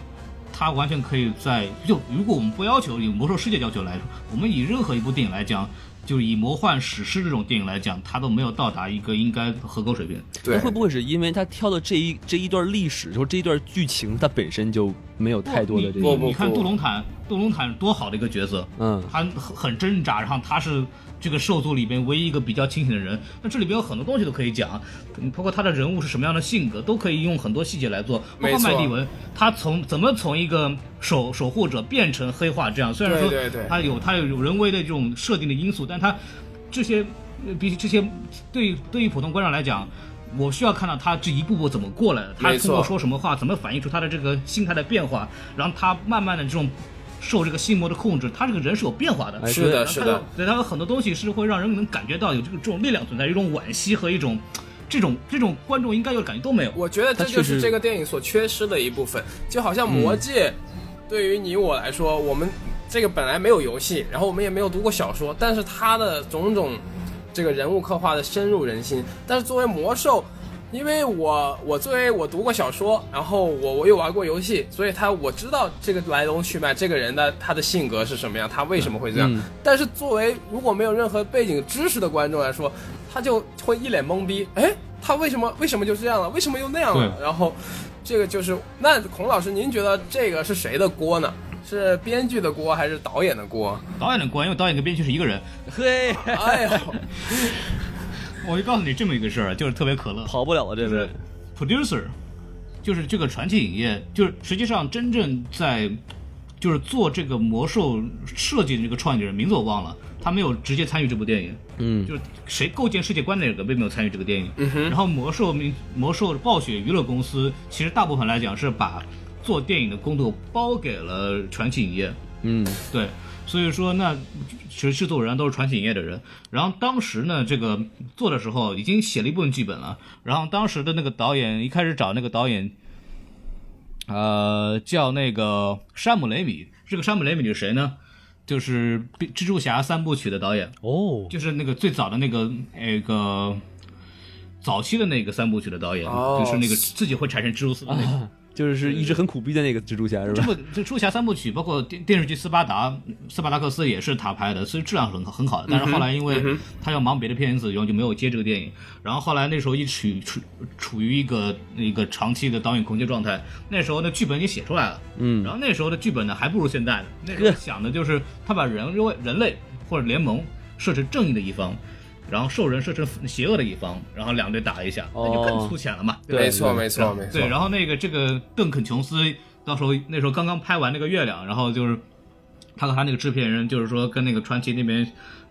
S1: 他完全可以在就如果我们不要求以魔兽世界要求来说，我们以任何一部电影来讲，就是以魔幻史诗这种电影来讲，它都没有到达一个应该合格水平。
S3: 对
S2: 那会不会是因为他挑的这一这一段历史，就是这一段剧情，它本身就没有太多的这
S1: 你
S2: 个
S1: 你，你看杜隆坦，杜隆坦多好的一个角色，
S2: 嗯
S1: 他很很挣扎，然后他是这个兽族里边唯一一个比较清醒的人。那这里边有很多东西都可以讲，嗯包括他的人物是什么样的性格，都可以用很多细节来做。包
S3: 没
S1: 括
S3: 错
S1: 麦迪文，他从怎么从一个守守护者变成黑化这样，虽然说
S3: 对对对
S1: 他有他有人为的这种设定的因素，但他这些呃比起这些对于对于普通观众来讲。我需要看到他这一步步怎么过来的，他
S3: 没错
S1: 通过说什么话，怎么反映出他的这个心态的变化，然后他慢慢的这种受这个心魔的控制，他这个人是有变化的。
S2: 哎
S3: 是的，
S1: 然后
S3: 是
S1: 他
S3: 的
S1: 有，对，他有很多东西是会让人能感觉到有这个这种力量存在，一种惋惜和一种这种这种观众应该有的感觉都没有。
S3: 我觉得这
S2: 它确
S3: 就
S2: 实
S3: 是这个电影所缺失的一部分，就好像《魔戒》对于你我来说，我们这个本来没有游戏，然后我们也没有读过小说，但是它的种种这个人物刻画的深入人心。但是作为魔兽，因为我我作为我读过小说，然后我我又玩过游戏，所以他我知道这个来龙去脉，这个人的他的性格是什么样，他为什么会这样。
S2: 嗯
S3: 但是作为如果没有任何背景知识的观众来说，他就会一脸懵逼，哎，他为什么为什么就这样了？为什么又那样了？
S1: 对
S3: 然后这个就是那孔老师，您觉得这个是谁的锅呢？是编剧的锅还是导演的 锅？
S1: 导演的关，因为导演跟编剧是一个人。
S2: 嘿，
S3: 哎呦，
S1: 我就告诉你这么一个事儿，就是特别可乐。
S2: 跑不了了，这位
S1: producer，就是这个传奇影业，就是实际上真正在就是做这个魔兽设计的这个创意人，名字我忘了，他没有直接参与这部电影。
S2: 嗯，
S1: 就是谁构建世界观的人并没有参与这个电影。然后魔兽明魔兽暴雪娱乐公司，其实大部分来讲是把做电影的工作包给了传奇影业。
S2: 嗯，
S1: 对，所以说那其实制作人都是传奇影业的人。然后当时呢，这个做的时候已经写了一部分剧本了。然后当时的那个导演一开始找那个导演，呃，叫那个山姆雷米。这个山姆雷米是谁呢？就是《蜘蛛侠》三部曲的导演，
S2: 哦，
S1: 就是那个最早的那个那个早期的那个三部曲的导演，
S3: 哦
S1: 就是那个自己会产生蜘蛛丝的那个。
S2: 就是一直很苦逼的那个蜘蛛侠是
S1: 这
S2: 吧？
S1: 部这《蜘蛛侠》三部曲，包括电电视剧《斯巴达》，斯巴达克斯也是他拍的，所以质量很好很好的。但是后来因为他要忙别的片子，然后就没有接这个电影。然后后来那时候一处处处于一个一个长期的导演空缺状态，那时候呢剧本已经写出来了，嗯，然后那时候的剧本呢还不如现在的。那时候想的就是他把人人类或者联盟设成正义的一方。然后兽人设成邪恶的一方，然后两队打一下，那就更
S2: 哦
S1: 粗浅了嘛，对吧
S3: 没错没
S1: 然
S3: 错
S1: 后
S3: 没错
S1: 对，，然后那个这个邓肯琼斯到时候那时候刚刚拍完那个月亮，然后就是他和他那个制片人就是说跟那个传奇那边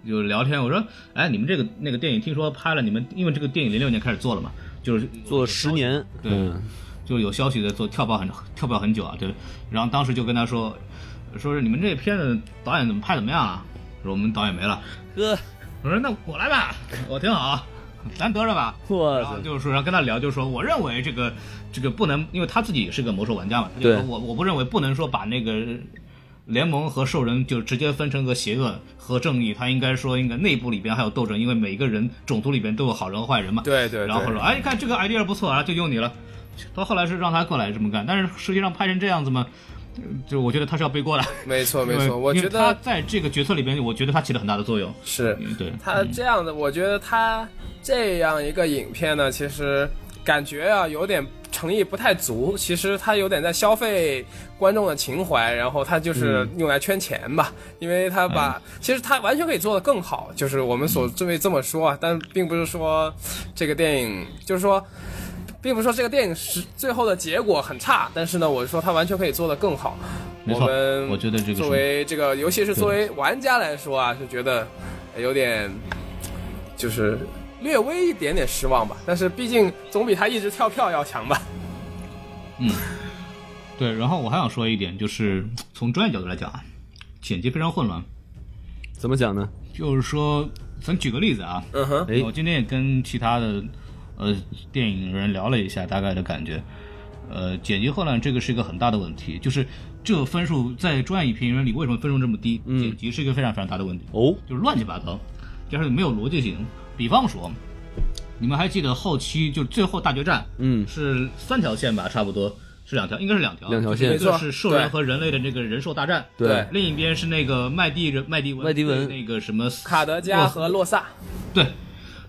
S1: 就聊天，我说哎你们这个那个电影听说拍了，你们因为这个电影零六年开始做了嘛，就是
S2: 做了十年，
S1: 对
S2: 嗯，
S1: 就有消息在做跳票很跳票很久啊，对，然后当时就跟他说说是你们这片子导演怎么拍怎么样啊？说我们导演没了，
S2: 呵，
S1: 我说那我来吧，我挺好啊，咱得着吧。
S2: 哇
S1: 然后
S2: 塞，
S1: 就是说，然后跟他聊，就是说，我认为这个这个不能，因为他自己也是个魔兽玩家嘛，他就说
S2: 对
S1: 我我不认为不能说把那个联盟和兽人就直接分成个邪恶和正义，他应该说应该内部里边还有斗争，因为每个人种族里边都有好人和坏人嘛。
S3: 对对
S1: 然后
S3: 对
S1: 说，哎，你看这个 idea 不错啊，就用你了。到后来是让他过来这么干，但是实际上拍成这样子嘛，呃就我觉得他是要背锅的。
S3: 没错没
S1: 因
S3: 错，
S1: 为
S3: 我
S1: 因为
S3: 觉
S1: 他
S3: 得
S1: 在这个决策里边，我觉得他起了很大的作用。
S3: 是。
S1: 嗯对，
S3: 他这样的，我觉得他这样一个影片呢，其实感觉啊有点诚意不太足。其实他有点在消费观众的情怀，然后他
S1: 嗯
S3: 就是用来圈钱吧，因为他把、其实他完全可以做得更好，就是我们所这位这么说啊，但并不是说这个电影就是说。并不是说这个电影是最后的结果很差，但是呢，我是说它完全可以做得更好。
S1: 没
S3: 我
S1: 错
S3: 们
S1: 我觉得这个是
S3: 作为这个，尤其是作为玩家来说啊，是觉得有点就是略微一点点失望吧。但是毕竟总比他一直跳票要强吧。
S1: 对，然后我还想说一点，就是从专业角度来讲啊，剪辑非常混乱。
S2: 怎么讲呢？
S1: 就是说，咱举个例子啊，
S3: 嗯哼，
S2: 哎
S1: 我今天也跟其他的呃电影人聊了一下，大概的感觉，呃，剪辑混乱这个是一个很大的问题，就是这个分数在专业影评人里为什么分数这么低？剪辑是一个非常非常大的问题，
S2: 哦，
S1: 就是乱七八糟，就是没有逻辑性。比方说，你们还记得后期就最后大决战，
S2: 嗯
S1: 是三条线吧，差不多是两条，应该是两条，
S2: 两条线
S1: 一个
S3: 没错
S1: 是兽人
S3: 对
S1: 和人类的这个人兽大战，
S2: 对
S3: 对
S1: 另一边是那个麦地人麦迪文
S2: 麦迪文
S1: 对那个什么斯
S3: 卡德加和洛萨，
S1: 对。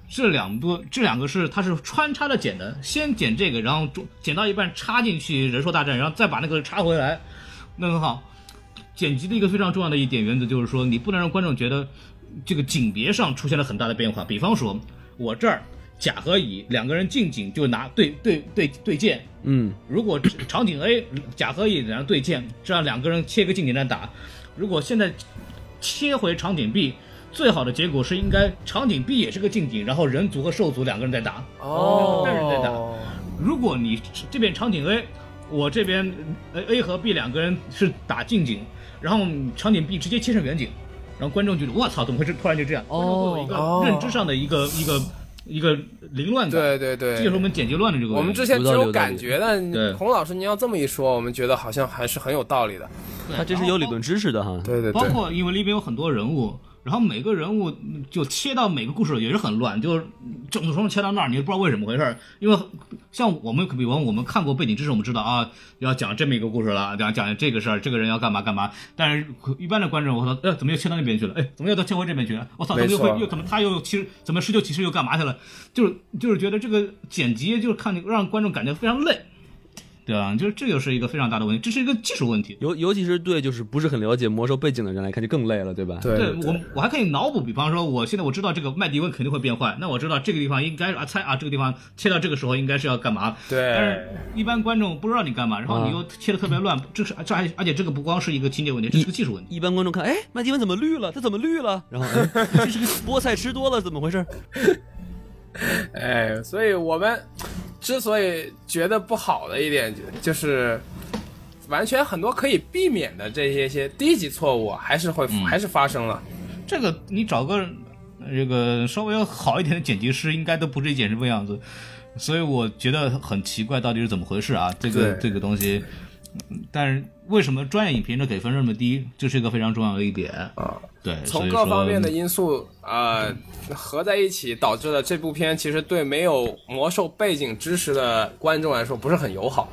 S1: 这两部，这两个是它是穿插着剪的，先剪这个，然后中剪到一半插进去人兽大战，然后再把那个插回来，那很好。剪辑的一个非常重要的一点原则就是说，你不能让观众觉得这个景别上出现了很大的变化。比方说，我这儿甲和乙两个人近景就拿对对对对剑，
S2: 嗯，
S1: 如果场景 A 甲和乙两人对剑，这样两个人切个近景战打。如果现在切回场景 B，最好的结果是应该场景 B 也是个近景，然后人族和兽族两个人在打。
S2: 哦
S1: 两个人在打如果你这边场景 A，我这边呃 A 和 B 两个人是打近景，然后场景 B 直接切成远景，然后观众就觉得我操，怎么会是突然就这样？观众会有一
S3: 哦
S1: 个认知上的一个一个一个凌乱感。
S3: 对对对，
S1: 这就是我们剪辑乱的这个问题。
S3: 我们之前只有感觉，
S1: 对
S3: 但孔老师您要这么一说，我们觉得好像还是很有道理的。
S1: 对
S2: 他这是有理论知识的哈。
S3: 对对
S1: 包
S3: 对，
S1: 括因为里边有很多人物，然后每个人物嗯就切到每个故事也是很乱，就是整从切到那儿，你也不知道为什么回事儿。因为像我们，比方我们看过背景知识，我们知道啊，要讲这么一个故事了，啊讲讲这个事儿，这个人要干嘛干嘛。但是一般的观众，我操，呃，怎么又切到那边去了？哎，怎么又到切回这边去了？我操，怎
S3: 没
S1: 么又
S3: 错
S1: 会又怎么他又其实怎么施救骑士又干嘛去了？就是就是觉得这个剪辑就是看让观众感觉非常累。对吧？就是这就是一个非常大的问题，这是一个技术问题。
S2: 尤尤其是对就是不是很了解魔兽背景的人来看，就更累了，对吧？
S3: 对
S1: 对我，我还可以脑补，比方说，我现在我知道这个麦迪文肯定会变坏，那我知道这个地方应该啊猜啊，这个地方切到这个时候应该是要干嘛？但是
S3: 对，
S1: 一般观众不知道你干嘛，然后你又切的特别乱，这是这还而且这个不光是一个情节问题，这是个技术问题。
S2: 一般观众看，哎，麦迪文怎么绿了？他怎么绿 了？然后，哎这是个菠菜吃多了，怎么回事？
S3: 哎，所以我们之所以觉得不好的一点，就是完全很多可以避免的这些些低级错误，还是会
S1: 嗯
S3: 还是发生了。
S1: 这个你找个呃这个稍微好一点的剪辑师，应该都不至于剪成这个样子，所以我觉得很奇怪，到底是怎么回事啊？这个
S3: 对
S1: 这个东西，嗯但是为什么专业影评的给分这么低，这是一个非常重要的一点啊。对，所
S3: 从
S1: 以
S3: 各
S1: 说
S3: 方面的因素呃合在一起，导致了这部片其实对没有魔兽背景知识的观众来说不是很友好。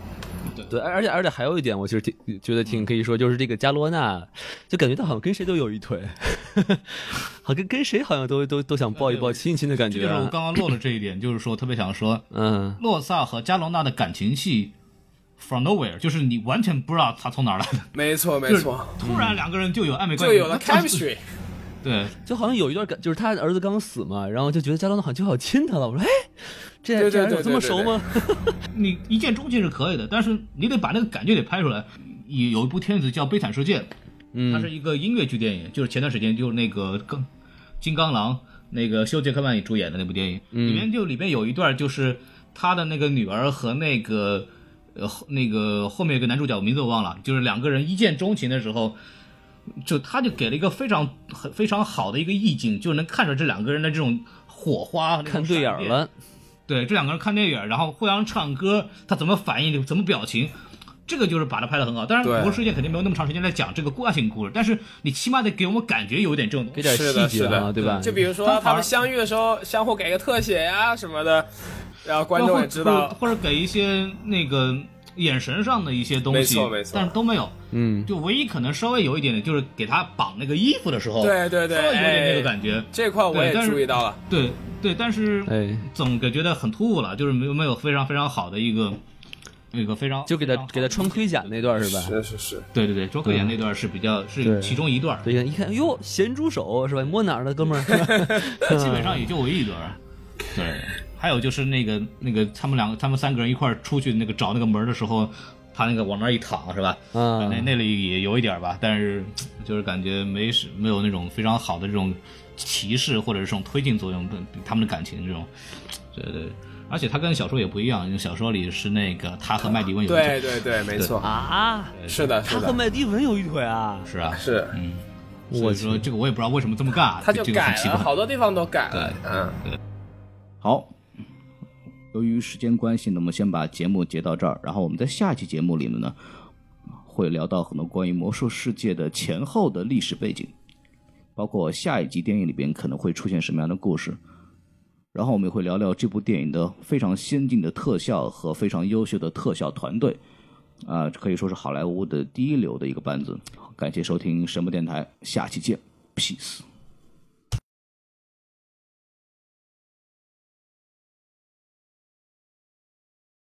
S2: 对，而而且而且还有一点，我其实挺觉得挺可以说，就是这个加罗纳，就感觉他好像跟谁都有一腿， 好跟跟谁好像都都都想抱一抱、亲一亲的感
S1: 这
S2: 觉
S1: 就是我
S2: 啊。
S1: 刚刚漏了这一点，就是说特别想说，
S2: 嗯，
S1: 洛萨和加隆纳的感情戏，from nowhere，就是你完全不知道他从哪儿来的，
S3: 没错，没
S1: 就是
S3: 错，
S1: 突然两个人就有暧昧关
S3: 嗯就
S1: 系，
S3: 有了
S1: 他
S3: chemistry。
S1: 哎对，
S2: 就好像有一段感，就是他儿子刚死嘛，然后就觉得加罗纳好像就要亲他了。我说，哎，这
S3: 对对
S2: 这俩
S3: 对
S2: 人有这么
S3: 对对
S2: 熟吗？
S1: 你一见钟情是可以的，但是你得把那个感觉得拍出来。有有一部片子叫《悲惨世界》，
S2: 嗯
S1: 它是一个音乐剧电影，就是前段时间就是那个更金刚狼那个休·杰克曼主演的那部电影，
S2: 嗯
S1: 里面就里面有一段就是他的那个女儿和那个呃后那个后面有个男主角我名字我忘了，就是两个人一见钟情的时候。就他就给了一个非常很非常好的一个意境，就能看出来这两个人的这种火花，那种
S2: 看对眼
S1: 闪
S2: 儿
S1: 电
S2: 了，
S1: 对，这两个人看电影，然后互相唱歌，他怎么反应，怎么表情，这个就是把它拍得很好。当然，
S3: 对
S1: 魔兽世界肯定没有那么长时间来讲这个故性故事，但是你起码得给我们感觉有点这种东
S2: 给
S1: 西。
S2: 点
S3: 是
S2: 细
S3: 的
S2: 节
S3: 是的
S2: 啊，对吧？
S3: 就比如
S1: 他
S3: 说
S1: 反
S3: 他
S1: 而
S3: 们相遇的时候，相互给个特写呀、什么的，然后观
S1: 或
S3: 众
S1: 者
S3: 也知道。
S1: 或者给一些那个眼神上的一些东西，
S3: 没错没错
S1: 但是都没有。
S2: 嗯，
S1: 就唯一可能稍微有一点点，就是给他绑那个衣服的时候，
S3: 对对对
S1: 稍微有点那个
S3: 哎
S1: 感觉。
S3: 这块我
S1: 对
S3: 也
S1: 但是
S3: 注意到了，
S1: 对对，但是
S2: 哎，
S1: 总感觉得很突兀了，就是没有没有非常非常好的一个一个非常
S2: 就给他
S1: 非常好的
S2: 给他穿盔甲那段是吧？
S3: 是是，
S1: 对对对，周科演那段是比较、
S2: 对
S1: 是其中一段，
S2: 对，一看，哟，咸猪手是吧？摸哪儿了，哥 们儿？
S1: 基本上也就我一段。啊对，还有就是那个那个他们两个他们三个人一块儿出去那个找那个门的时候，他那个往那儿一躺是吧？
S3: 嗯
S2: 啊
S1: 那那里也有一点吧，但是就是感觉没是没有那种非常好的这种歧视或者是这种推进作用，他们的感情这种，对对。而且他跟小说也不一样，因为小说里是那个他和麦迪文有一腿
S3: 对嗯对对，没错，
S2: 啊，
S3: 是的，
S2: 他
S3: 是
S2: 和
S3: 的，
S2: 麦迪文有一腿啊！
S1: 是啊，
S3: 是，
S1: 嗯，所
S2: 我
S1: 以说这个我也不知道为什么这么干啊，
S3: 他就
S1: 这个很
S3: 改
S1: 奇怪
S3: 了，。好多地方都改了，嗯，
S1: 好，由于时间关系呢，我们先把节目截到这儿，然后我们在下期节目里面呢，会聊到很多关于魔兽世界的前后的历史背景，包括下一集电影里边可能会出现什么样的故事。然后我们也会聊聊这部电影的非常先进的特效和非常优秀的特效团队，啊、可以说是好莱坞的第一流的一个班子。感谢收听神木电台，下期见，peace。